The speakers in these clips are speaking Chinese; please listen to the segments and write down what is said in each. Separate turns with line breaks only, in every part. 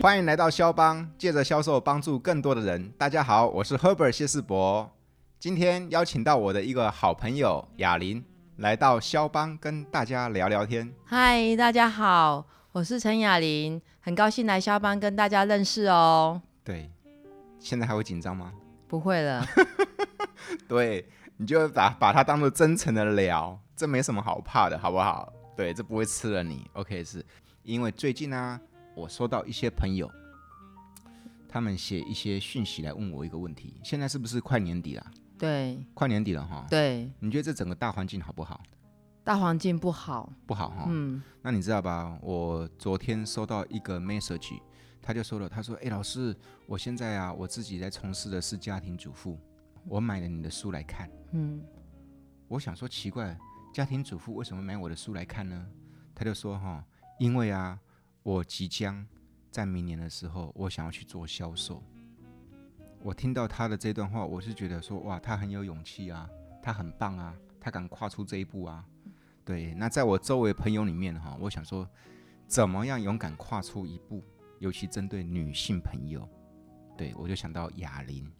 欢迎来到肖邦，借着销售帮助更多的人。大家好，我是 Herbert 谢世博。今天邀请到我的一个好朋友雅琳来到肖邦，跟大家聊聊天。
嗨，大家好，我是陈雅玲，很高兴来肖邦跟大家认识哦。
对，现在还会紧张吗？
不会了，
对，你就把把它当做真诚的聊，这没什么好怕的，好不好？对，这不会吃了你。OK，是因为最近呢、我收到一些朋友，他们写一些讯息来问我一个问题，现在是不是快年底了？
对
快年底了哈。
对，
你觉得这整个大环境好不好？
大环境不好，
不好哈。
嗯，
那你知道吧？我昨天收到一个 message，他就说了，他说：“哎、老师，我现在啊，我自己在从事的是家庭主妇，我买了你的书来看。”
嗯，
我想说奇怪，家庭主妇为什么买我的书来看呢？他就说哈，因为啊，我即将在明年的时候，我想要去做销售。我听到他的这段话，我是觉得说哇，他很有勇气啊，他很棒啊，他敢跨出这一步啊。对，那在我周围朋友里面哈，我想说，怎么样勇敢跨出一步，尤其针对女性朋友，对我就想到哑铃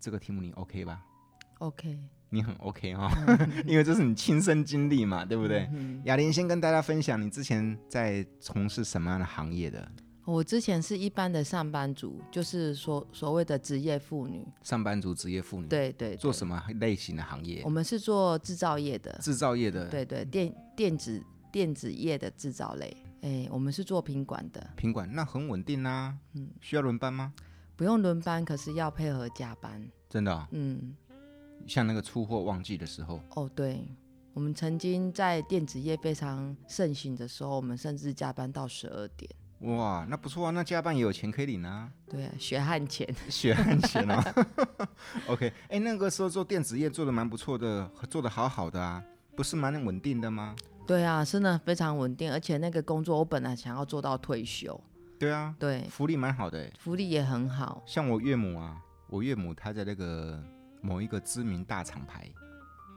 这个题目，你 OK 吧？
OK，嗯
你很 OK 哦， 因为这是你亲身经历嘛，对不对？雅玲先跟大家分享，你之前在从事什么样的行业的？
我之前是一般的上班族，就是所所谓的职业妇女，
上班族、职业妇女，，
对对
做
对
什么类型的行业
我？们是做制造业的，
制造业嗯的，，
对对，电电子电子业的制造类，哎，我们是做品管的，
品管那很稳定啊，
嗯
需要轮班吗？
不用轮班，可是要配合加班，
真的哦、
嗯，
像那个出货旺季的时候，
哦，对，我们曾经在电子业非常盛行的时候，我们甚至加班到十二点，
哇，那不错啊，那加班也有钱可以领啊，
对，血汗钱。
血汗钱哦。OK，哎，那个时候做电子业做的蛮不错的，做的好好的啊，不是蛮稳定的吗？
对啊，真的非常稳定，而且那个工作我本来想要做到退休，
对啊，
对，
福利蛮好的哎。
福利也很好，
像我岳母啊，我岳母她在那个某一个知名大厂牌，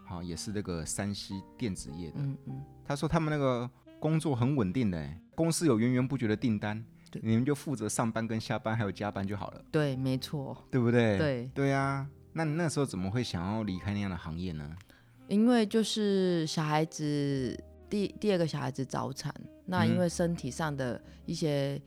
好、也是那个山西电子业的。
嗯嗯，
她说他们那个工作很稳定的欸，公司有源源不绝的订单，
对
你们就负责上班跟下班还有加班就好了，
对，没错，
对不对？
对，
对啊，那你那时候怎么会想要离开那样的行业呢？
因为就是小孩子第第二个小孩子早产，那因
嗯
为身体上的一些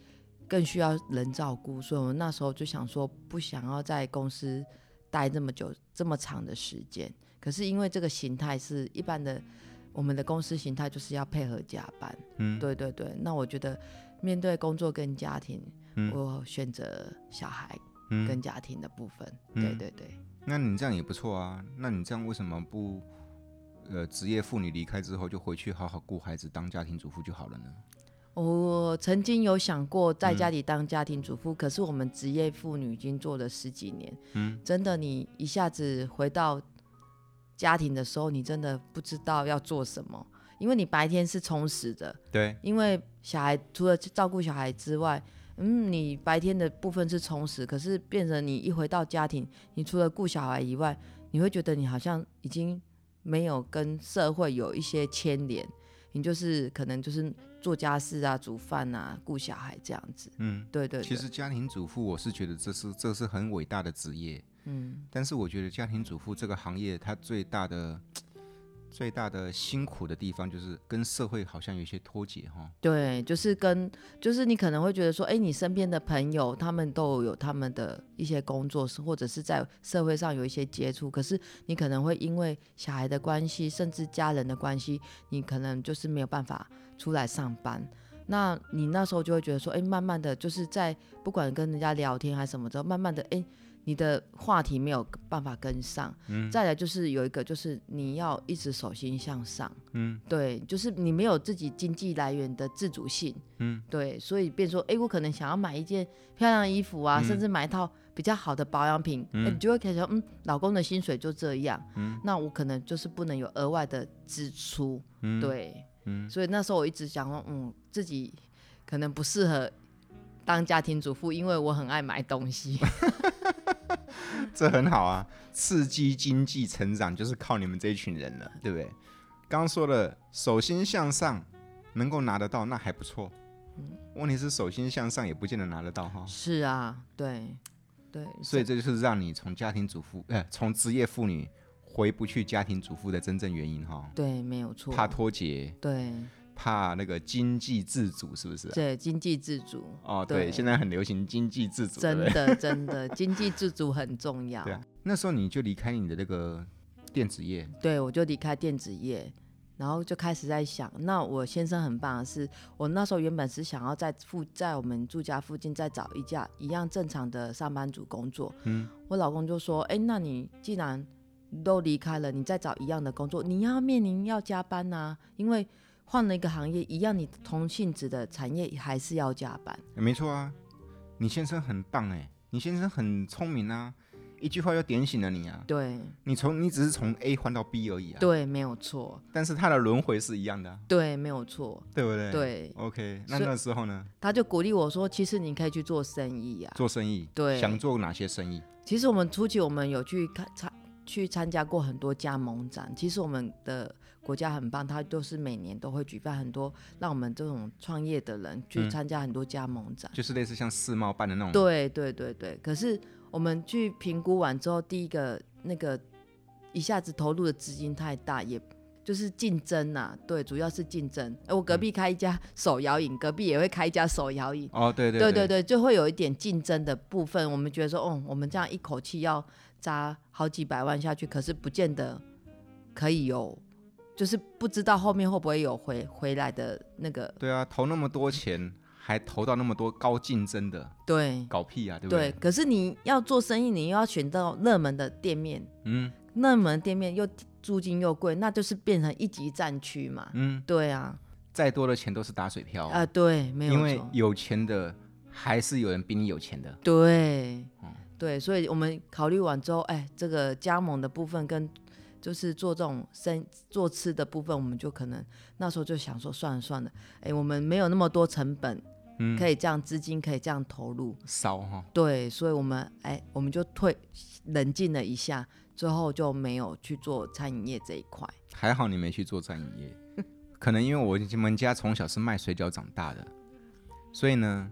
更需要人照顾，所以我那时候就想说不想要在公司待这么久这么长的时间。可是因为这个形态是一般的，我们的公司形态就是要配合加班，
嗯，
对对对。那我觉得面对工作跟家庭，
嗯
我选择小孩
嗯，
跟家庭的部分，
嗯
对对对。
那你这样也不错啊。那你这样为什么不呃职业妇女离开之后就回去好好顾孩子，当家庭主妇就好了呢？
我哦曾经有想过在家里当家庭主妇，可是我们职业妇女已经做了十几年，
嗯，
真的你一下子回到家庭的时候，你真的不知道要做什么，因为你白天是充实的，
对，
因为小孩除了照顾小孩之外，嗯，你白天的部分是充实，可是变成你一回到家庭，你除了顾小孩以外，你会觉得你好像已经没有跟社会有一些牵连，你就是可能就是做家事啊、煮饭啊、顾小孩这样子。
嗯。
对对对，
其实家庭主妇，我是觉得这是这是很伟大的职业，
嗯，
但是我觉得家庭主妇这个行业，它最大的最大的辛苦的地方就是跟社会好像有一些脱节哈。
对，就是跟就是你可能会觉得说，哎，你身边的朋友他们都有他们的一些工作，或者是在社会上有一些接触，可是你可能会因为小孩的关系，甚至家人的关系，你可能就是没有办法出来上班。那你那时候就会觉得说，哎，慢慢的就是在不管跟人家聊天还是什么之后，慢慢的，哎，你的话题没有办法跟上。
嗯
再来就是有一个就是你要一直手心向上。
嗯
对，就是你没有自己经济来源的自主性，
嗯，
对，所以变说，哎，我可能想要买一件漂亮的衣服
嗯
啊，甚至买一套比较好的保养品，诶你就会感觉，嗯，老公的薪水就这样，嗯，那我可能就是不能有额外的支出，
嗯
对，
嗯
所以那时候我一直想说，嗯，自己可能不适合当家庭主妇，因为我很爱买东西，
哦这很好啊，刺激经济成长就是靠你们这一群人了，对不对？刚刚说了，手心向上，能够拿得到，那还不错。问题是手心向上也不见得拿得到哈。
嗯是啊，对对，
所以这就是让你从家庭主妇，呃，从职业妇女回不去家庭主妇的真正原因哈。
对没有错，
怕脱节，
对
怕那个经济自主，是不是啊、
对经济自主，
哦，对，
对
现在很流行经济自主，对
真
不对？
的真的经济自主很重要。
对啊，那时候你就离开你的那个电子业，
对，我就离开电子业，然后就开始在想，那我先生很棒的是，我那时候原本是想要在附在我们住家附近再找一家一样正常的上班族工作。
嗯，
我老公就说，哎，那你既然都离开了，你再找一样的工作，你要面临要加班呐、因为换了一个行业，一样你同性质的产业还是要加班。
没错啊，你先生很棒哎，你先生很聪明啊，一句话就点醒了你啊。
对
你从你只是从 A 换到 B 而已啊，，
对，没有错，
但是他的轮回是一样的、啊，
对没有错，
对不对？
对，
，OK，那
所以
那时候呢，
他就鼓励我说，其实你可以去做生意呀、
做生意，
对
想做哪些生意？
其实我们初期我们有去看参去参加过很多加盟展。其实我们的国家很棒，它就是每年都会举办很多让我们这种创业的人去
嗯
参加很多加盟展。
就是类似像世贸办的那种，，
对对对对，可是我们去评估完之后，第一个那个一下子投入的资金太大，也就是竞争呐、啊对，主要是竞争。哎，
嗯
我隔壁开一家手摇饮，隔壁也会开一家手摇饮，
哦，对对
对
对
对对，就会有一点竞争的部分。我们觉得说，哦，我们这样一口气要砸好几百万下去，可是不见得可以有，就是不知道后面会不会有回回来的那个。
对啊，投那么多钱，还投到那么多高竞争的，
对
搞屁啊，对不
对，可是你要做生意，你又要选到热门的店面，
嗯
热门店面又租金又贵，那就是变成一级战区嘛。
嗯，
对啊，
再多的钱都是打水漂、
啊、对，没有
因为
错。
有钱的还是有人比你有钱的，
对
嗯，
对，所以我们考虑完之后，哎，这个加盟的部分跟就是做这种生做吃的部分，我们就可能那时候就想说，算了算了，哎，我们没有那么多成本，
嗯，
可以这样资金可以这样投入，
烧哈，
对，所以我们哎，我们就退冷静了一下，之后就没有去做餐饮业这一块。
还好你没去做餐饮业， 可能因为我我们家从小是卖水饺长大的，所以呢，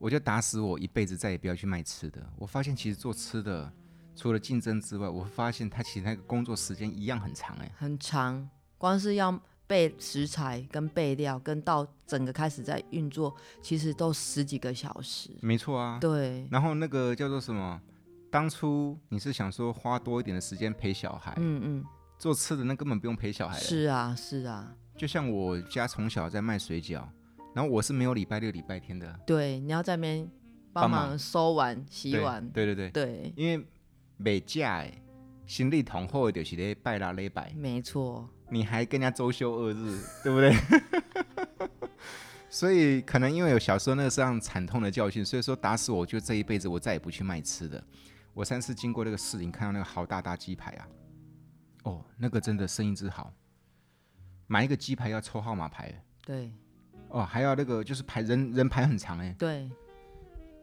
我就打死我一辈子再也不要去卖吃的。我发现其实做吃的，除了竞争之外，我发现它其实那个工作时间一样很长哎、
很长，光是要备食材、跟备料、跟到整个开始在运作，其实都十几个小时。
没错啊。
对，
然后那个叫做什么？当初你是想说花多一点的时间陪小孩，
嗯
做吃的那根本不用陪小
嗯，
孩。，
是啊是啊，
就像我家从小在卖水饺，然后我是没有礼拜六、礼拜天的，
对，你要在那边帮
帮忙
忙收碗、洗
对
碗，
对对对，
对，
因为每假诶，心力同后的就是咧拜啦礼拜，
没错，
你还跟人家周休二日， 对不对？ 所以可能因为有小时候那个上惨痛的教训，所以说打死我就这一辈子我再也不去卖吃的。我上次经过那个士林，看到那个好大大鸡排啊，哦，那个真的生意之好，买一个鸡排要抽号码牌
对
哦，还要那个就是排人人排很长哎、
对，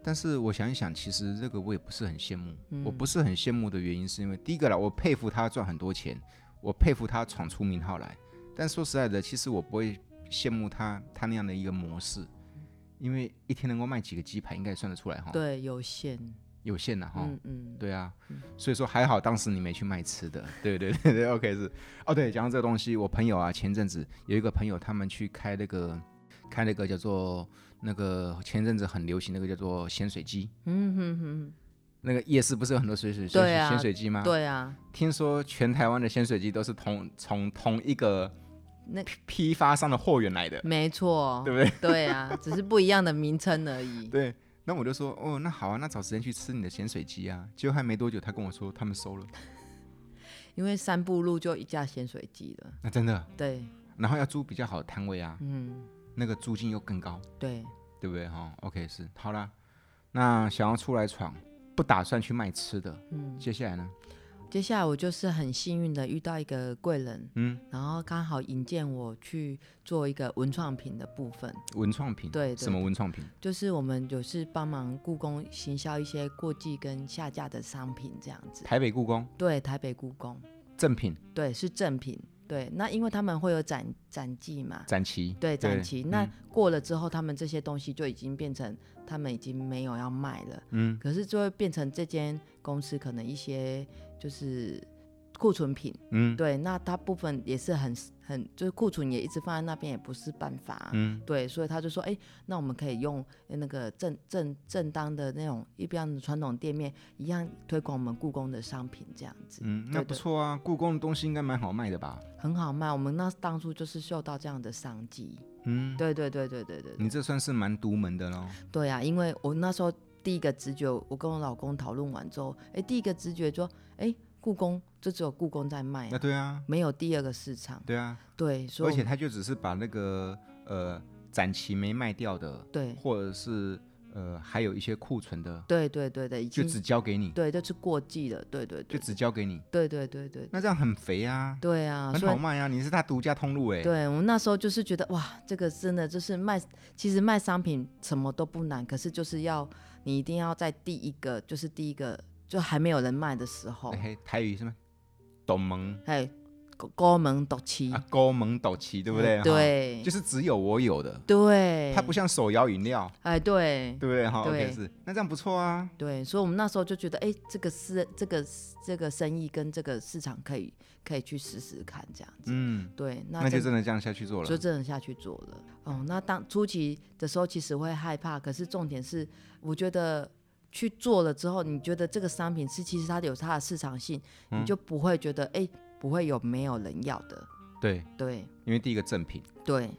但是我想一想，其实这个我也不是很羡慕。
嗯
我不是很羡慕的原因是因为，第一个啦，我佩服他赚很多钱，我佩服他闯出名号来。但说实在的，其实我不会羡慕他他那样的一个模式，因为一天能够卖几个鸡排，应该也算得出来哈。，
对有限，
有限的哈。
嗯嗯，
对啊，所以说还好当时你没去卖吃的， 对对对对，OK 是哦。对，讲到这个东西，我朋友啊，前阵子有一个朋友，他们去开那个开那个叫做那个前阵子很流行那个叫做咸水鸡，
嗯哼哼
那个夜市不是有很多水水水
对
水
啊
咸水鸡吗？
哼，，对啊，
听说全台湾的咸水鸡都是同从同一个
那
批批发商的货源来的，
没错，
对不对？
对啊，只是不一样的名称而已。
对。那我就说，哦，那好啊，那找时间去吃你的咸水鸡啊。结果还没多久，他跟我说他们收了，
因为三步路就一架咸水鸡了，
那、真的。
对，
然后要租比较好的摊位啊，
嗯，
那个租金又更高，
对，
对不对？哈、o k 是好啦。那想要出来闯，不打算去卖吃的，
嗯。
接下来呢？
接下来我就是很幸运的遇到一个贵人，
嗯，
然后刚好引荐我去做一个文创品的部分。
文创品，
对对
什么文创品？
就是我们有是帮忙故宫行销一些过季跟下架的商品这样子。
台北故宫
对，台北故宫，
正品，
对，是正品，对，那因为他们会有展展季嘛，
展期，
对展期，那
嗯
过了之后，他们这些东西就已经变成他们已经没有要卖了，
嗯，
可是就会变成这间公司可能一些就是库存品，
嗯
对，那它部分也是很很就是库存也一直放在那边也不是办法啊、
嗯
对，所以他就说，哎、那我们可以用呃那个正正正当的那种一般的传统店面一样推广我们故宫的商品，这样子、
嗯，那
对
不
对
错啊，故宫的东西应该蛮好卖的吧？
很好卖。我们那当初就是嗅到这样的商机，
嗯，
对对对对对对对
你这算是蛮独门的喽。
对啊，因为我那时候第一个直觉，我跟我老公讨论完之后，哎、第一个直觉说，哎、故宫就只有故宫在卖、
那
啊，
对啊，
没有第二个市场，
对啊，
对，所以
而
我
且
们
他就只是把那个呃展期没卖掉的，
对
或者是呃还有一些库存的，
对对对对，已
就
经
只交给你，
对，就是过季了，对对
就
对，
只嗯交给你，
对对对对
那这样很肥啊，
对啊，
很
所以
好卖啊，你是他独家通路哎。
对我们那时候就是觉得哇，这个真的就是卖，其实卖商品什么都不难，可是就是要你一定要在第一个，就是第一个就还没有人卖的时候，
哎嘿，台语什么？懂萌
哎，高高门独起，
啊，高萌斗旗，对不对？
哎
哈，
嗯对，
就是只有我有的，
对，
它不像手摇饮料，
哎，对
对不对？哈
对
，OK 是，那这样不错啊。
对，所以我们那时候就觉得，哎，这个是这个这个生意跟这个市场可以可以去试试看这样子，
嗯，
对，那
那就
真
真的这样下去做
就
了。
真的下去做了。哦，那当初期的时候其实会害怕，可是重点是，我觉得去做了之后，你觉得这个商品是其实它有它的市场性，
嗯
你就不会觉得哎、不会有没有人要的。
对，
对
因为第一个赠品
对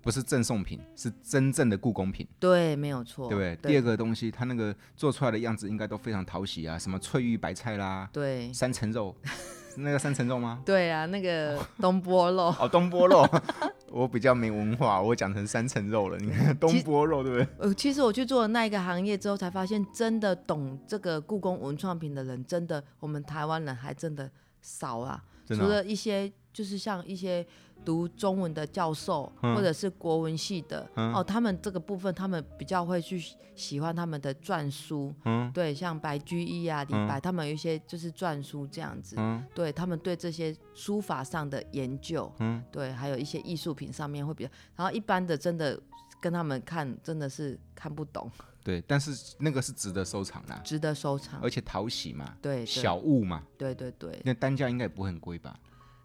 不是赠送品，是真正的故宫品，
哦对，没有错，
对不对？第二个东西，它那个做出来的样子应该都非常讨喜啊，什么翠玉白菜啦，
对
三层肉， 是那个三层肉吗？
对啊，那 个东坡肉，
哦，东坡肉， 我比较没文化，我讲成三层肉了。你看东坡肉，对不对？
呃，其实我去做了那一个行业之后，才发现真的懂这个故宫文创品的人，真的我们台湾人还真的少啊。
真
除
的哦、
了一些就是像一些读中文的教授、
嗯
或者是国文系的、
嗯
哦，他们这个部分他们比较会去喜喜欢他们的篆书，
嗯
对，像白居易啊、李白，他们有一些就是篆书这样子，
嗯
对他们对这些书法上的研究，
嗯，
对，还有一些艺术品上面会比较，然后一般的真的跟他们看真的是看不懂，
对，但是那个是值得收藏啦，
值得收藏
而。且讨喜嘛，
对，对
哎小物嘛，
对对对，
那单价应该也不会很贵吧？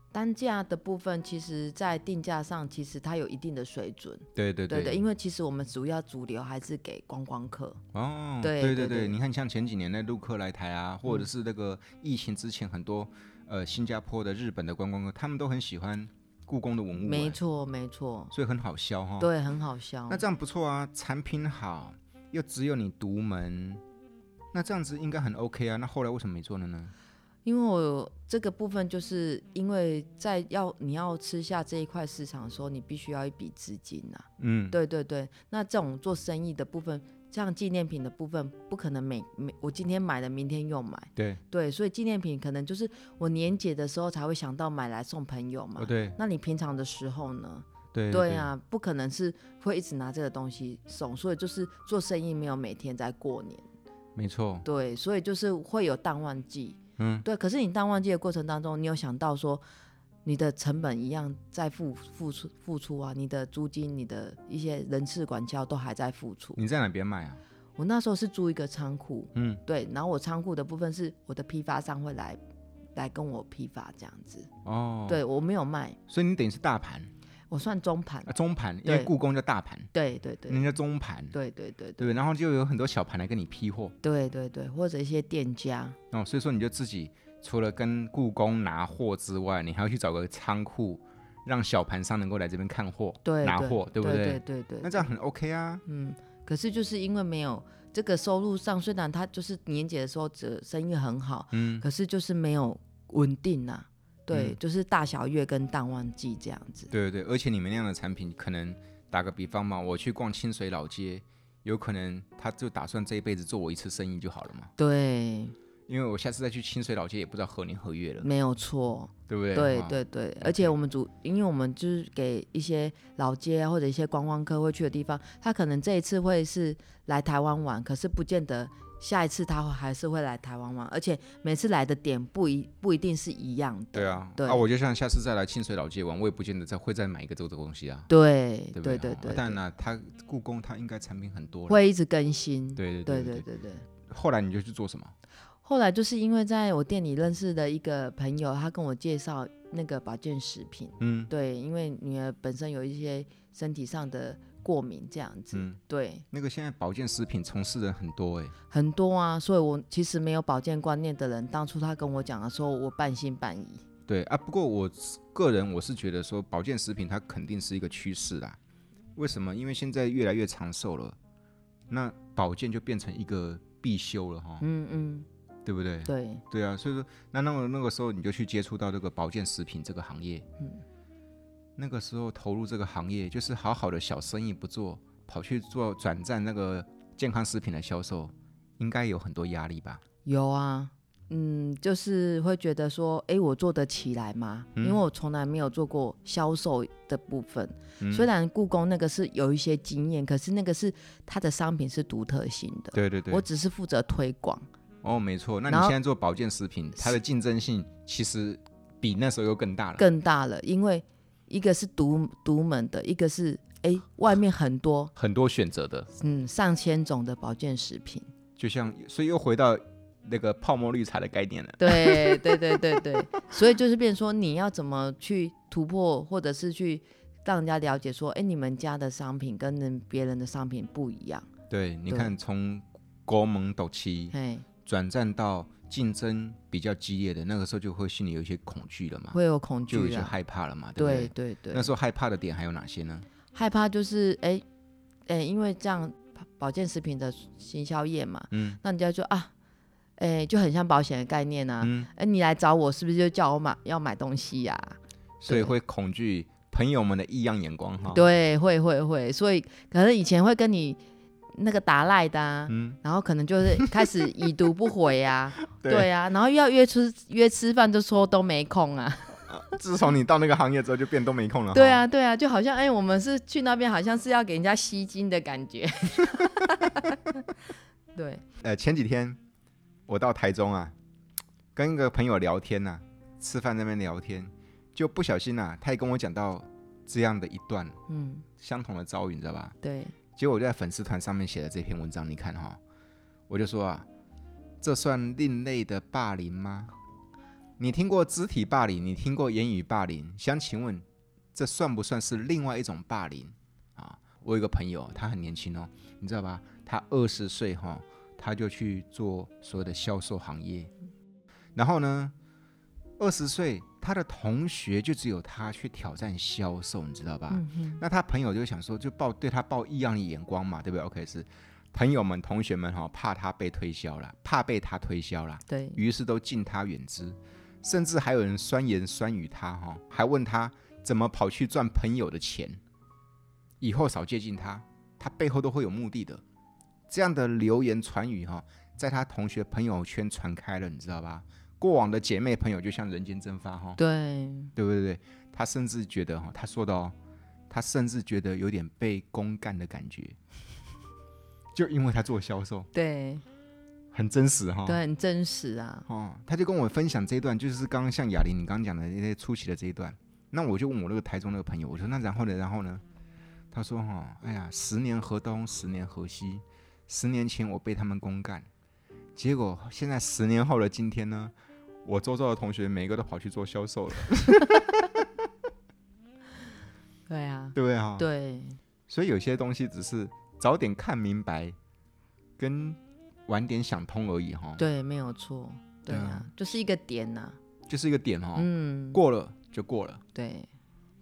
单价的部分，其实在定价上，其实它有一定的水准。
对对
对的，因为其实我们主要主流还是给观光客，
哦，
对
对
对嗯对
你看像前几年的陆客来台啊，或者是那个疫情之前很多呃新加坡的、日本的观光客，他们都很喜欢故宫的文物、
没
哎
错没错，
所以很好销哈、，
对，很好笑
哦那。这样不错啊，产品好，又只有你独门，那这样子应该很 OK 啊。那后来为什么没做了呢？
因为我这个部分，就是因为在要你要吃下这一块市场的时候，你必须要一笔资金呐、
嗯，
对对对，那这种做生意的部分，像纪念品的部分，不可能每每我今天买了，明天又买。
对，
对，所以纪念品可能就是我年节的时候才会想到买来送朋友嘛。
哦对
那你平常的时候呢？
对
对，啊，不可能是会一直拿这个东西送，所以就是做生意没有每天在过年，
没错，
对，所以就是会有淡旺季，
嗯，
对。可是你淡旺季的过程当中，你有想到说你的成本一样在付付出付出啊，你的租金、你的一些人事管销都还在付出。
你在哪边买啊？
我那时候是租一个仓库，
嗯，
对，然后我仓库的部分是我的批发商会来来跟我批发这样子，
哦，，
对我没有卖，
所以你等于是大盘、
我算中盘
啊、，嗯中盘，因为
对
故宫叫大盘，
对对对
人家中盘，
对对对
对，然后就有很多小盘来跟你批货。
对对对，或者一些店家，
哦，所以说你就自己除了跟故宫拿货之外，你还要去找个仓库，让小盘商能够来这边看货、
对，
拿
对
货，对不
对？对对对
那这样很 OK 啊。
嗯，可是就是因为没有这个收入上，虽然他就是年节的时候这生意很好，
嗯，
可是就是没有稳定呐、对，
嗯
就是大小月跟淡旺季这样子。
对对对，而且你们那样的产品，可能打个比方嘛，我去逛清水老街，有可能他就打算这一辈子做我一次生意就好了嘛，
对，
因为我下次再去清水老街也不知道何年何月了，
没有错，
对不啊对？
嗯对
哈
对对，而且我们主，因为我们就是给一些老街啊或者一些观光客会去的地方，他可能这一次会是来台湾玩，可是不见得下一次他会还是会来台湾玩，而且每次来的点不一不一定是一样的。
对啊，
对
啊，我就像下次再来清水老街玩，我也不见得再会再买一个这个东西啊，
对
对不
对
对
对，
但呢、它故宫它应该产品很多了。
会一直更新。
对对
对
对
对对对。
后来你就去做什么？
后来就是因为在我店里认识的一个朋友，他跟我介绍那个保健食品，
嗯
对，因为女儿本身有一些身体上的过敏这样子，
嗯，
对，
那个现在保健食品从事人很多哎、
很多啊，所以我其实没有保健观念的人，当初他跟我讲的时候，我半信半疑。
对啊，不过我是个人我是觉得说保健食品它肯定是一个趋势啦。为什么？因为现在越来越长寿了，那保健就变成一个必修了哈，
嗯嗯，
对不对？
对，
对啊，所以说那那么那个时候你就去接触到这个保健食品这个行业，
嗯
那个时候投入这个行业就是好好的小生意不做，跑去做转战那个健康食品的销售，应该有很多压力吧？
有啊，嗯，就是会觉得说，诶，我做得起来吗？因为我从来没有做过销售的部分，
嗯
虽然故宫那个是有一些经验，可是那个是它的商品是独特性的。
对对对
我，只是负责推广，
哦，没错。那你
然后
现在做保健食品，它的竞争性其实比那时候又更大了。
更大了，因为一个是独独门的，一个是诶，外面很多，
很多选择的，
嗯，上千种的保健食品。
就像所以又回到那个泡沫绿茶的概念了。
对对对对对，所以就是变成说你要怎么去突破，或者是去让人家了解说，哎，你们家的商品跟人别人的商品不一样，
对，你
对
看从国盟斗七
嘿，
转战到竞争比较激烈的那个时候，就会心里有一些恐惧了嘛，
会有恐
就有一
惧
些
啊。
害怕了嘛，对不对？
对对对
那，时候害怕的点还有哪些呢？
害怕就是哎哎，因为这样保保健食品的行销业嘛，
嗯
那人家就啊，哎，就很像保险的概念啊。
嗯，
哎，你来找我是不是就叫我买要买东西啊呀、
所以会恐惧朋友们的异样眼光哈。，
对，啊会会会，所以可能以前会跟你那个打赖的、啊，
嗯，
然后可能就是开始已读不回呀、
对
对呀、然后又要约吃约吃饭，就说都没空啊，
自从你到那个行业之后，就变都没空了。
对，啊，对啊，就好像哎、我们是去那边好像是要给人家吸金的感 觉，对，
呃，前几天我到台中啊，跟一个朋友聊天呐、吃饭那边聊天，就不小心啊，他也跟我讲到这样的一段
嗯，
相同的遭遇，你知道吧？
对，
结果我就在粉丝团上面写了这篇文章，你看哈、我就说啊，这算另类的霸凌吗？你听过肢体霸凌，你听过言语霸凌，想请问，这算不算是另外一种霸凌啊？我有一个朋友，他很年轻哦，你知道吧？他二十岁哈、他就去做所谓的销售行业，然后呢，二十岁他的同学就只有他去挑战销售，你知道吧？
嗯哼，
那他朋友就想说，就抱对他抱异样的眼光嘛，对不对？OK，是朋友们、同学们哈、怕他被推销了，怕被他推销了，
对，
于是都敬他远之，甚至还有人酸言酸语他哈、还问他怎么跑去赚朋友的钱，以后少接近他，他背后都会有目的的。这样的流言传语哈、在他同学朋友圈传开了，你知道吧？过往的姐妹朋友就像人间蒸发哈、
对，
对不对对？他甚至觉得哈，他说的哦，他甚至觉得有点被公干的感觉， 就因为他做销售，
对，
很真实哈、
对，很真实啊，
哦，他就跟我分享这一段，就是刚刚像雅玲你刚刚讲的那些初期的这一段。那我就问我那个台中那个朋友，我说那然后呢？然后呢？他说哈、哎呀，十年河东，十年河西，十年前我被他们公干，结果现在十年后的今天呢，我周遭的同学每一个都跑去做销售了，
对啊，
对不对哈、对
对，
所以有些东西只是早点看明白，跟晚点想通而已哈。，
对，没有错，对
对
啊
啊，哦
就是一个点呐、
就是一个点哈，
嗯，
过了就过了，
对，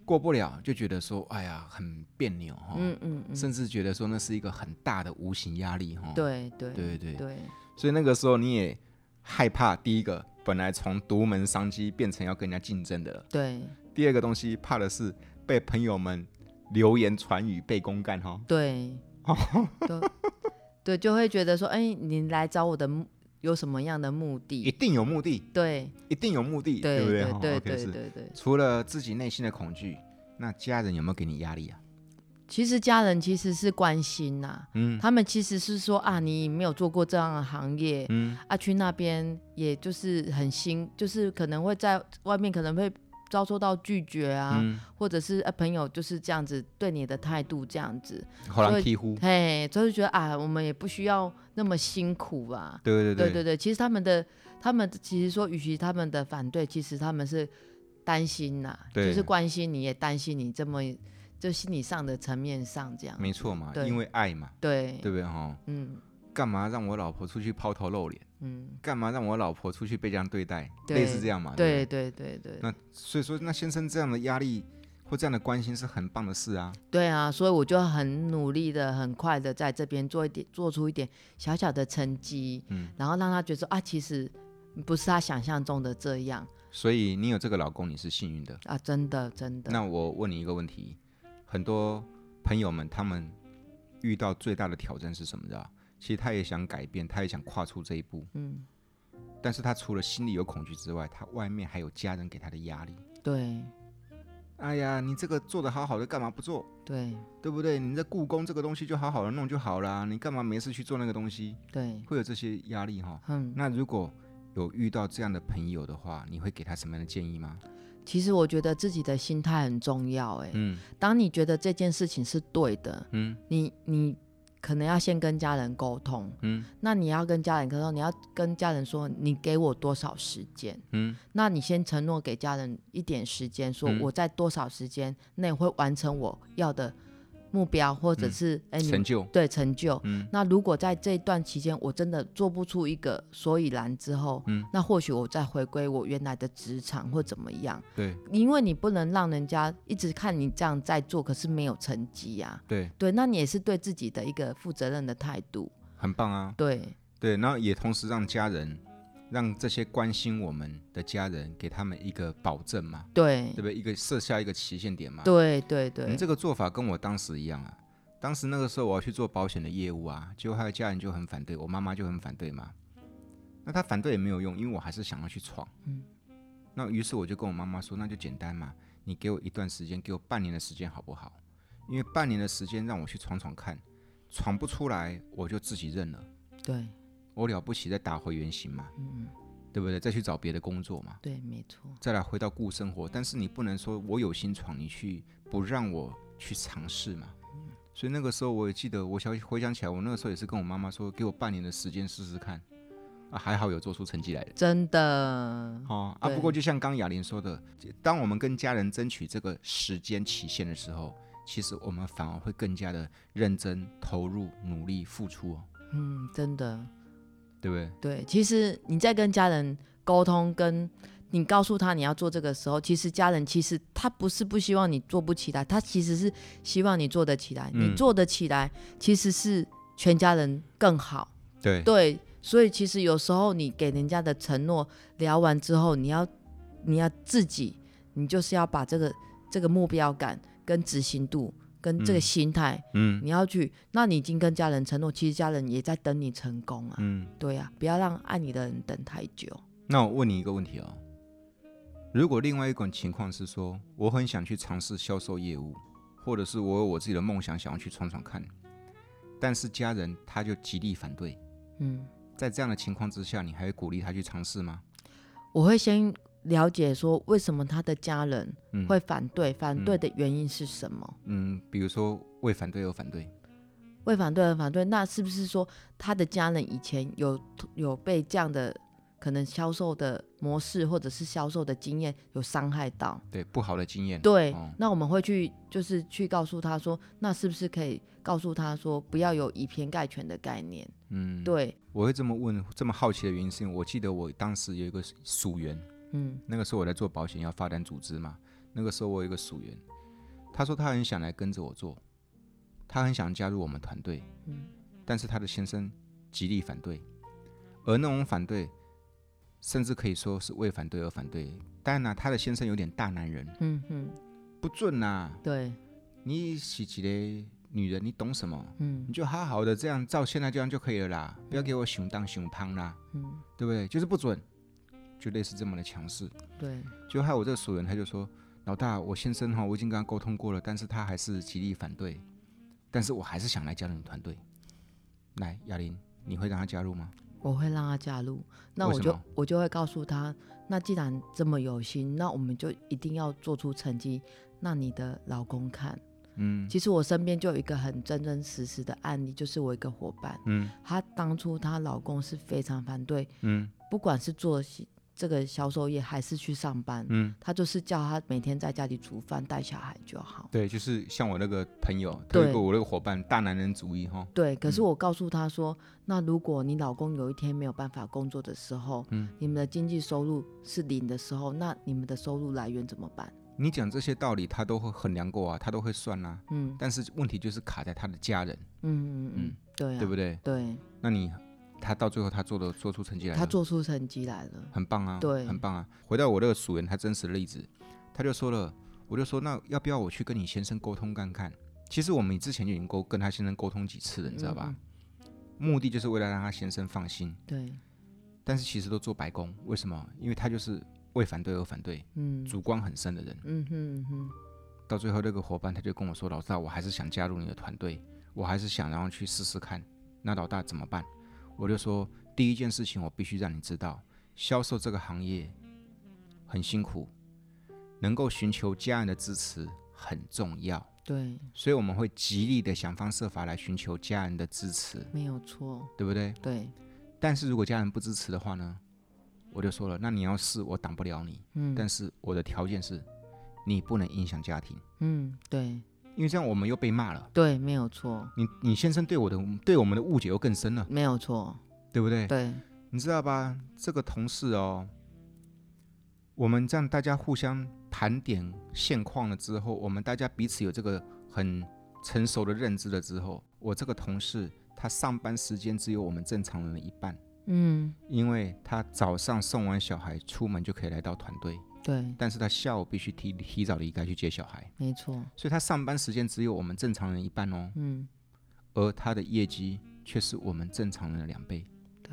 过不了就觉得说，哎呀，很别扭哈，
嗯嗯嗯，
哦甚至觉得说那是一个很大的无形压力哈。
对对
对对
对
所以那个时候你也害怕，第一个本来从独门商机变成要跟人家竞争的了，
对
第二个东西怕的是被朋友们流言传语被公干哈。
对，
哦
都对，就会觉得说，哎、你来找我的目有什么样的目
一
的？
定有目的，
对
一定有目的，
对
不对？哈
对
OK，
对
是
对对，
除了自己内心的恐惧，那家人有没有给你压力啊？
其实家人其实是关心呐、
嗯
他们其实是说啊，你没有做过这样的行业，
嗯
啊，去那边也就是很辛，就是可能会在外面可能会遭受到拒绝啊，
嗯，
或者是、啊、朋友就是这样子对你的态度这样子，
好
所
难
以
欺负，
嘿，所以就觉得啊，我们也不需要那么辛苦啊吧。
对对
对
对
对对，其实他们的他们其实说，与其他们的反对，其实他们是担心呐、
对
就是关心你也担心你这么就心理上的层面上这样，
没错嘛，
对
因为爱嘛，
对，
对不对哈？
嗯
干嘛让我老婆出去抛头露脸？
嗯，
干嘛让我老婆出去被这样对待？
对
类似这样嘛，对
对
不对。
对对对
那所以说，那先生这样的压力或这样的关心是很棒的事啊。
对啊，所以我就很努力的、很快的在这边做一点、做出一点小小的成绩，
嗯
然后让他觉得说啊，其实不是他想象中的这样
所以你有这个老公，你是幸运的。
啊，真的真的，
那我问你一个问题，很多朋友们他们遇到最大的挑战是什么？你知道？其实他也想改变，他也想跨出这一步，
嗯，
但是他除了心里有恐惧之外，他外面还有家人给他的压力。
对
哎呀，你这个做的好好的，干嘛不做？
对
对不对？你在故宫这个东西就好好的弄就好啦，你干嘛没事去做那个东西？
对，
会有这些压力哈、
嗯。
那如果有遇到这样的朋友的话，你会给他什么样的建议吗？
其实我觉得自己的心态很重要、欸。哎、
嗯
当你觉得这件事情是对的，
嗯
你你可能要先跟家人沟通。
嗯
那你要跟家人沟通，你要跟家人说，你给我多少时间？
嗯
那你先承诺给家人一点时间，说
嗯
我在多少时间内会完成我要的目标，或者
嗯
是哎、
成
你
就，
对成就。
嗯
那如果在这一段期间我真的做不出一个所以然之后，
嗯
那或许我再回归我原来的职场或怎么样。
对
因为你不能让人家一直看你这样在做，可是没有成绩呀、
对，
对，那你也是对自己的一个负责任的态度。
很棒啊，
对，
对，然后也同时让家人，让这些关心我们的家人给他们一个保证嘛，
对
对不，对？一个设下一个期限点嘛。
对，对，
你
对，
嗯这个做法跟我当时一样啊。当时那个时候我要去做保险的业务啊，结果他的家人就很反对，我妈妈就很反对嘛。那他反对也没有用，因为我还是想要去闯。
嗯。
那于是我就跟我妈妈说，那就简单嘛，你给我一段时间，给我半年的时间好不好？因为半年的时间让我去闯闯看，闯不出来我就自己认了，
对，
我了不起再打回原形嘛，
嗯，
对不对？再去找别的工作嘛。
对，没错，
再来回到顾生活，但是你不能说我有心闯，你去不让我去尝试嘛。所以那个时候我也记得，我想回想起来，我那个时候也是跟我妈妈说，给我半年的时间试试看。啊，还好有做出成绩来的。
真的，
哦啊，
对
不过就像刚雅玲说的，当我们跟家人争取这个时间期限的时候，其实我们反而会更加的认真、投入、努力、付出哦，
嗯，真的，
对不对？
对。其实你在跟家人沟通，跟你告诉他你要做这个时候，其实家人其实他不是不希望你做不起来，他其实是希望你做得起来。
嗯
你做得起来，其实是全家人更好。
对
对，所以其实有时候你给人家的承诺聊完之后，你要你要自己，你就是要把这个这个目标感跟执行度跟这个
嗯
心态，
嗯
你要去。那你已经跟家人承诺，其实家人也在等你成功啊。
嗯。
对呀、不要让爱你的人等太久。
那我问你一个问题哦，如果另外一种情况是说，我很想去尝试销售业务，或者是我有我自己的梦想，想要去闯闯看，但是家人他就极力反对，
嗯，
在这样的情况之下，你还会鼓励他去尝试吗？
我会先了解说为什么他的家人
嗯，
会，反对，反对的原因是什么？
嗯，比如说为反对而反对，
为反对而反对，那是不是说他的家人以前有有被这样的可能销售的模式或者是销售的经验有伤害到？
对不好的经验，
对，
哦
那我们会去就是去告诉他说，那是不是可以告诉他说，不要有以偏概全的概念？
嗯，，
对，
我会这么问，这么好奇的原因是因为我记得我当时有一个属员，
嗯
那个时候我在做保险，要发展组织嘛。那个时候我有一个属员，他说他很想来跟着我做，他很想加入我们团队，
嗯
但是他的先生极力反对，而那种反对，甚至可以说是为反对而反对。但呢、他的先生有点大男人，
嗯嗯，
不准呐、
对，
你是几个女人，你懂什么？
嗯
你就好好的这样照现在这样就可以了啦，不要给我熊当熊胖啦，
嗯，
对不对？就是不准，就类似这么的强势。
对，
就害我这个熟人，他就说：“老大，我先生哈，我已经跟他沟通过了，但是他还是极力反对。但是我还是想来加入你团队。来，亚玲，你会让他加入吗？
我会让他加入，那
为
我
什
就
么
我就会告诉他，那既然这么有心，那我们就一定要做出成绩，让你的老公看。
嗯
其实我身边就有一个很真真实实的案例，就是我一个伙伴，
嗯
她当初她老公是非常反对，
嗯
不管是做西这个销售业还是去上班，
嗯，
他就是叫她每天在家里煮饭带小孩就好。
对，就是像我那个朋友，他有一
对
个我那个伙伴，大男人主义哈。
对，可
嗯
是我告诉她说，那如果你老公有一天没有办法工作的时候，
嗯
你们的经济收入是零的时候，那你们的收入来源怎么办？
你讲这些道理，他都会衡量过啊，他都会算啦、
嗯
但是问题就是卡在他的家人，
嗯嗯
嗯
嗯，对啊，
对不对？
对？
那你他到最后他做的做出成绩来了，
他做出成绩来了，
很棒啊，
对
很棒啊。回到我那个属人他真实的例子，他就说了，我就说那要不要我去跟你先生沟通看看？其实我们之前就已经沟跟他先生沟通几次了，你知道吧？
嗯
目的就是为了让他先生放心，
对，
但是其实都做白工，为什么？因为他就是为反对而反对，
嗯
主观很深的人。
嗯哼嗯哼，
到最后那个伙伴他就跟我说：“老大，我还是想加入你的团队，我还是想然后去试试看。那老大怎么办？”我就说：“第一件事情，我必须让你知道，销售这个行业很辛苦，能够寻求家人的支持很重要，
对，
所以我们会极力的想方设法来寻求家人的支持，
没有错，
对不对？
对，
但是如果家人不支持的话呢，我就说了，那你要试，我挡不了你，
嗯
但是我的条件是，你不能影响家庭，
嗯，对
因为这样我们又被骂了。”
对，没有错，
你你先生对我的对我们的误解又更深了，
没有错，
对不对？
嗯对，
你知道吧？这个同事哦，我们这样大家互相盘点现况了之后，我们大家彼此有这个很成熟的认知了之后，我这个同事他上班时间只有我们正常人的一半，
嗯
因为他早上送完小孩出门就可以来到团队，
对，
但是他下午必须提提早离开去接小孩，
没错，
所以他上班时间只有我们正常人一半哦。
嗯
而他的业绩却是我们正常人的两倍，
对，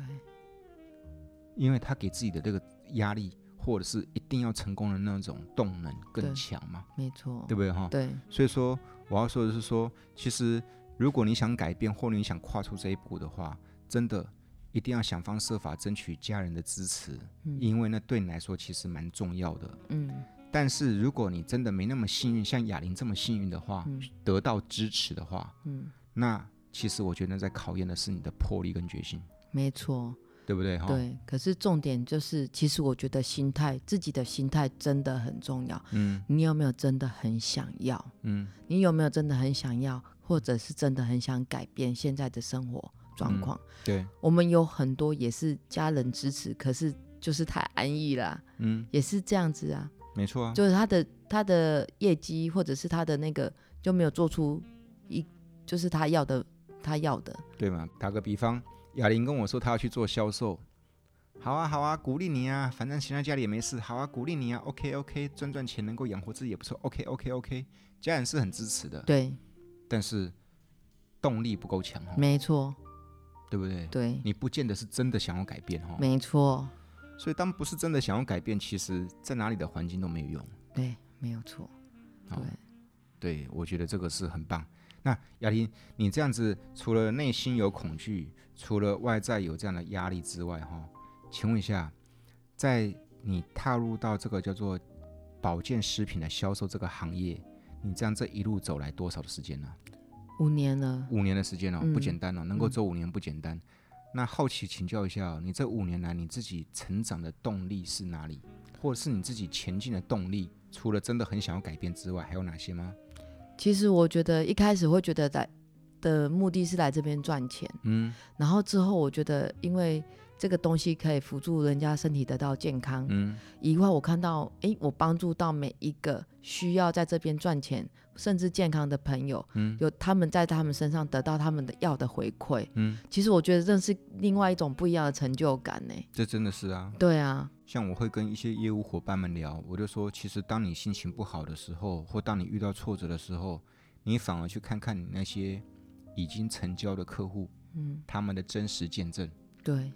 因为他给自己的这个压力，或者是一定要成功的那种动能更
对
强嘛，
没错
对，不对哈？
对
所以说我要说的是说，其实如果你想改变或你想跨出这一步的话，真的一定要想方设法争取家人的支持，
嗯
因为那对你来说其实蛮重要的。
嗯
但是如果你真的没那么幸运，像哑铃这么幸运的话，
嗯
得到支持的话，
嗯，
那其实我觉得在考验的是你的魄力跟决心。
没错，
对不对？哈，
对。可是重点就是，其实我觉得心态，自己的心态真的很重要。
嗯
你有没有真的很想要？
嗯
你有没有真的很想要，或者是真的很想改变现在的生活状况？
对，
我们有很多也是家人支持，可是就是太安逸啦、
嗯，
也是这样子啊，
没错啊，
就是他的他的业绩或者是他的那个就没有做出一就是他要的他要的，
对嘛。打个比方，哑铃跟我说她要去做销售，好啊好啊，鼓励你啊，反正闲在家里也没事，好啊，鼓励你啊，OK OK，赚赚钱能够养活自己也不错，OK OK OK，家人是很支持的，
对，
但是动力不够强哦，
没错，
对不对？
对，
你不见得是真的想要改变哦，
没错，
所以当不是真的想要改变，其实在哪里的环境都没有用。
对，没有错，
哦
对，
对，我觉得这个是很棒。那雅婷，你这样子除了内心有恐惧，除了外在有这样的压力之外，哈，请问一下，在你踏入到这个叫做保健食品的销售这个行业，你这样这一路走来多少的时间呢、
五年了，
五年的时间哦，
嗯
不简单哦，能够走五年不简单。那好奇请教一下哦、你这五年来你自己成长的动力是哪里，或者是你自己前进的动力？除了真的很想要改变之外，还有哪些吗？
其实我觉得一开始会觉得来的目的是来这边赚钱。
嗯
然后之后，我觉得因为这个东西可以辅助人家身体得到健康，
嗯
以外我看到，诶，我帮助到每一个需要在这边赚钱甚至健康的朋友，
嗯
有他们在他们身上得到他们的要的回馈，
嗯，
其实我觉得这是另外一种不一样的成就感呢。
这真的是啊。
对啊，
像我会跟一些业务伙伴们聊，我就说，其实当你心情不好的时候，或当你遇到挫折的时候，你反而去看看你那些已经成交的客户，
嗯，
他们的真实见证。
对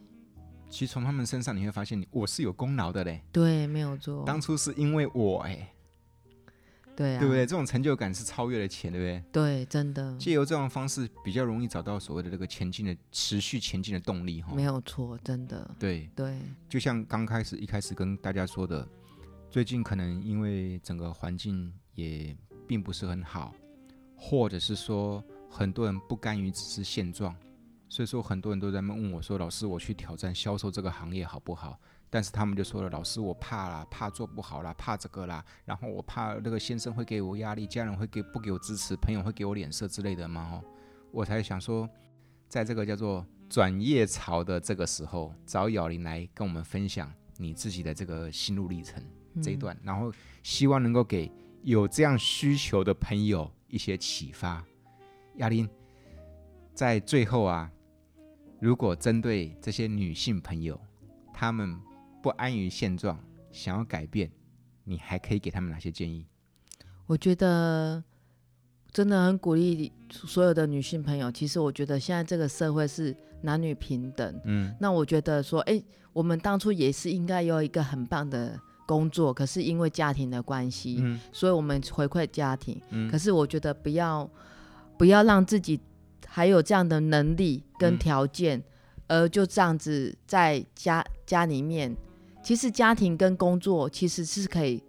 其实从他们身上你会发现你，我是有功劳的嘞。
对，没有错，
当初是因为我哎、
对啊，
对不对？这种成就感是超越了钱，对不对？
对真的
借由这种方式，比较容易找到所谓的这个前进的持续前进的动力哈。
没有错，真的
对，
对，
就像刚开始一开始跟大家说的，最近可能因为整个环境也并不是很好，或者是说很多人不甘于只是现状，所以说很多人都在那边问我说：“老师，我去挑战销售这个行业好不好？”但是他们就说了：“老师，我怕啦，怕做不好啦，怕这个啦，然后我怕那个先生会给我压力，家人会给不给我支持，朋友会给我脸色之类的嘛。”哦，我才想说，在这个叫做转业潮的这个时候，找咬林来跟我们分享你自己的这个心路历程这一段，然后希望能够给有这样需求的朋友一些启发。雅林，在最后啊，如果针对这些女性朋友，她们不安于现状，想要改变，你还可以给她们哪些建议？
我觉得真的很鼓励所有的女性朋友。其实我觉得现在这个社会是男女平等，
嗯，
那我觉得说，哎，我们当初也是应该有一个很棒的工作，可是因为家庭的关系，
嗯
所以我们回馈家庭。
嗯
可是我觉得不要不要让自己还有这样的能力跟
嗯
条件，而就这样子在家家里面，其实家庭跟工作其实是可以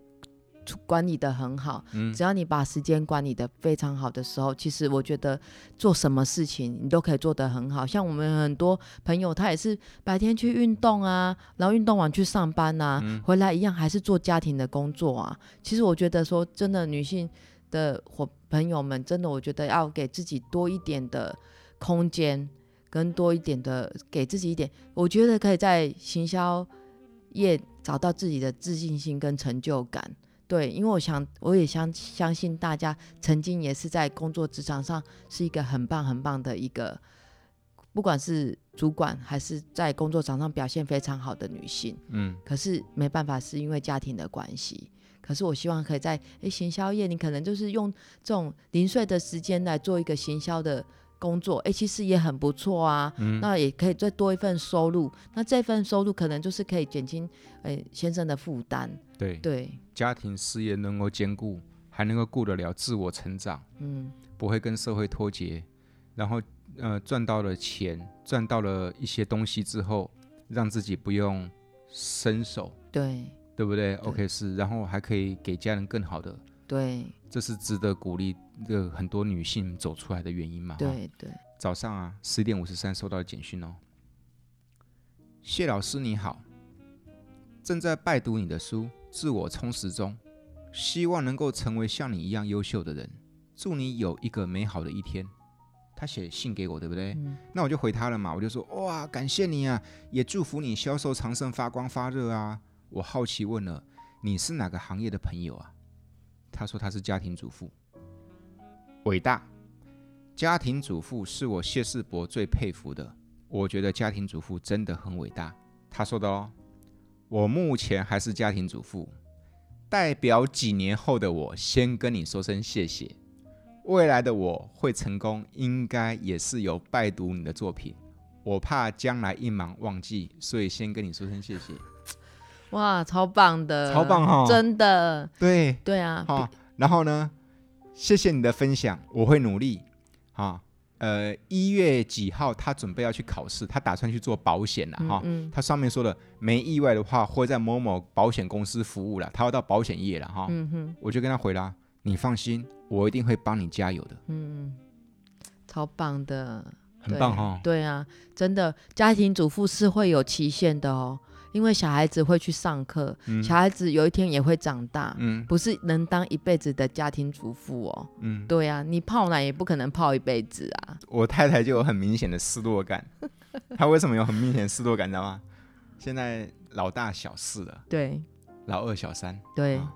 管理的很好。
嗯
只要你把时间管理的非常好的时候，其实我觉得做什么事情你都可以做得很好。像我们很多朋友，他也是白天去运动啊，然后运动完去上班啊，回来一样还是做家庭的工作啊。其实我觉得说，真的女性的伙朋友们，真的我觉得要给自己多一点的空间，跟多一点的给自己一点，我觉得可以在行销业找到自己的自信心跟成就感。对，因为我想，我也相相信大家曾经也是在工作职场上是一个很棒很棒的一个，不管是主管还是在工作场上表现非常好的女性。
嗯
可是没办法，是因为家庭的关系。可是我希望可以在诶行销业，你可能就是用这种零碎的时间来做一个行销的工作，诶，其实也很不错啊。
嗯
那也可以再多一份收入，那这份收入可能就是可以减轻诶先生的负担。
对，
对，
家庭事业能够兼顾，还能够顾得了自我成长，
嗯，
不会跟社会脱节，然后呃赚到了钱，赚到了一些东西之后，让自己不用伸手，
对
对不对 o k 是，然后还可以给家人更好的，
对
这是值得鼓励的很多女性走出来的原因嘛？哈
对对，
早上啊，十点五十三收到简讯哦。谢老师你好，正在拜读你的书《自我充实》中，希望能够成为像你一样优秀的人。祝你有一个美好的一天。他写信给我，对不对？
嗯
那我就回他了嘛，我就说哇，感谢你啊，也祝福你销售长盛、发光发热啊。我好奇问了，你是哪个行业的朋友啊？他说他是家庭主妇，伟大。家庭主妇是我谢世博最佩服的，我觉得家庭主妇真的很伟大。他说的哦，我目前还是家庭主妇，代表几年后的我，先跟你说声谢谢。未来的我会成功，应该也是有拜读你的作品。我怕将来一忙忘记，所以先跟你说声谢谢。
哇，超棒的，
超棒哈
真的，
对，
对啊，
好、然后呢，谢谢你的分享，我会努力。好、呃，一月几号他准备要去考试，他打算去做保险了哈。
嗯
他上面说了，没意外的话会在某某保险公司服务了，他要到保险业了哈。
嗯嗯哼，
我就跟他回啦，你放心，我一定会帮你加油的，
嗯，超棒的，
很
对
棒哈。
对啊，真的，家庭主妇是会有期限的哦，因为小孩子会去上课，
嗯
小孩子有一天也会长大，
嗯
不是能当一辈子的家庭主妇哦。
嗯，
对啊，你泡奶也不可能泡一辈子啊。
我太太就有很明显的失落感。 她为什么有很明显的失落感，你知道吗？现在老大小四了，
对
老二小三。
对、
啊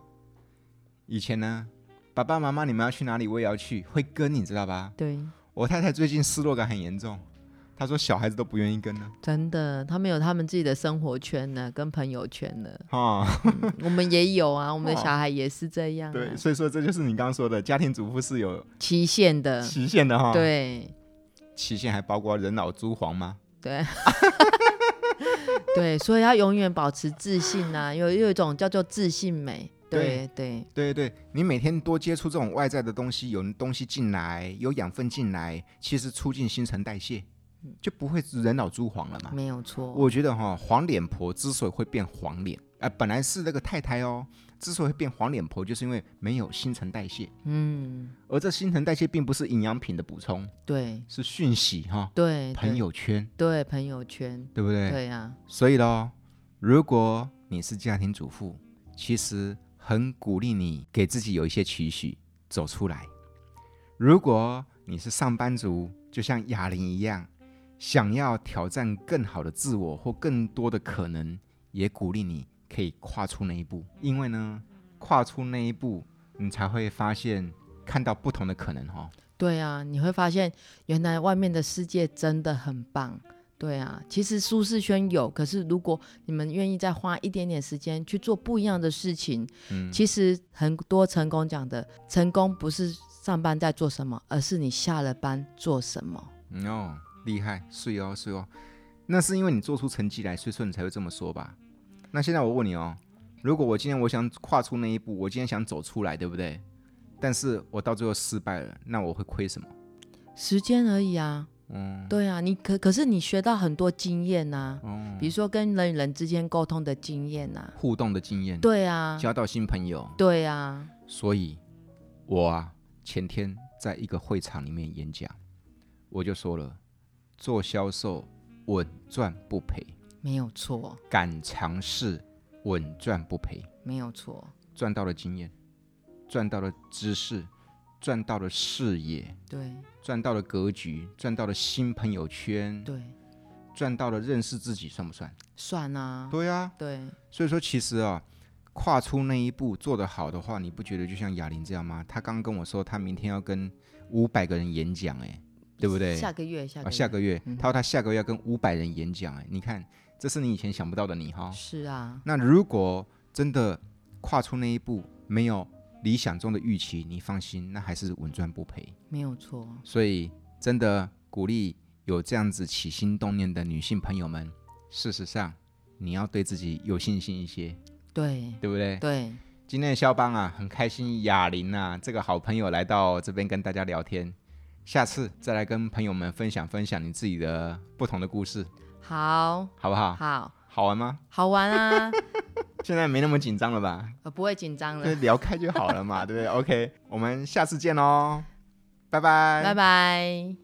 以前呢，爸爸妈妈你们要去哪里，我也要去，会跟你知道吧？
对，
我太太最近失落感很严重，她说小孩子都不愿意跟了。
真的，他们有他们自己的生活圈呢，跟朋友圈呢。
哦，
嗯我们也有啊，我们的
哦
小孩也是这样、啊，
对，所以说这就是你刚刚说的，家庭主妇是有
期限的。
期限的哈。，
嗯对
期限还包括人老珠黄吗？
对对，所以要永远保持自信啊，有有一种叫做自信美。对对
对对对，你每天多接触这种外在的东西，有东西进来，有养分进来，其实促进新陈代谢，就不会人老珠黄了嘛。
没有错。
啊我觉得哈、黄脸婆之所以会变黄脸，啊、本来是那个太太哦，之所以会变黄脸婆，就是因为没有新陈代谢。
嗯，
而这新陈代谢并不是营养品的补充，
对
是讯息哈、
对，
朋
对
友圈，
对朋友圈，
对不对？
对啊呀，
所以咯，如果你是家庭主妇，其实很鼓励你给自己有一些期许，走出来。如果你是上班族，就像哑铃一样，想要挑战更好的自我或更多的可能，也鼓励你可以跨出那一步，因为呢，跨出那一步，你才会发现看到不同的可能哈、哦。
对啊，你会发现原来外面的世界真的很棒。对啊，其实舒适圈有，可是如果你们愿意再花一点点时间去做不一样的事情，
嗯
其实很多成功讲的成功不是上班在做什么，而是你下了班做什么。
嗯哦，厉害，是哦，是哦。那是因为你做出成绩来，所以说你才会这么说吧？那现在我问你哦，如果我今天我想跨出那一步，我今天想走出来，对不对？但是我到最后失败了，那我会亏什么？
时间而已啊。
嗯，
对啊，你可可是你学到很多经验呐、
哦，
比如说跟人与人之间沟通的经验呐、
互动的经验，
对啊，
交到新朋友。
对啊，
所以，我啊，前天在一个会场里面演讲，我就说了，做销售稳赚不赔，
没有错，
敢尝试稳赚不赔。
没有错，
赚到了经验，赚到了知识，赚到了视野，
对
赚到了格局，赚到了新朋友圈，
对，
赚到了认识自己，算不算？
算啊，
对啊，
对
所以说其实啊，跨出那一步做得好的话，你不觉得就像哑铃这样吗？他刚刚跟我说，他明天要跟五百个人演讲，哎，对不对？
下个月下个
啊，
月、
下个月，
嗯
他说他下个月要跟五百人演讲，哎，你看，这是你以前想不到的你哈、
是啊，
那如果真的跨出那一步，没有理想中的预期，你放心，那还是稳赚不赔。
没有错，
所以真的鼓励有这样子起心动念的女性朋友们，事实上你要对自己有信心一些，
对
对不对？
对，
今天的肖邦啊，很开心哑铃啊这个好朋友来到这边跟大家聊天。下次再来跟朋友们分享分享你自己的不同的故事，
好
好不好？
好
好玩吗？
好玩啊，
现在没那么紧张了吧？
我不会紧张
就
了，
聊开就好了嘛，对不对？OK，我们下次见喽，拜拜，
拜。拜。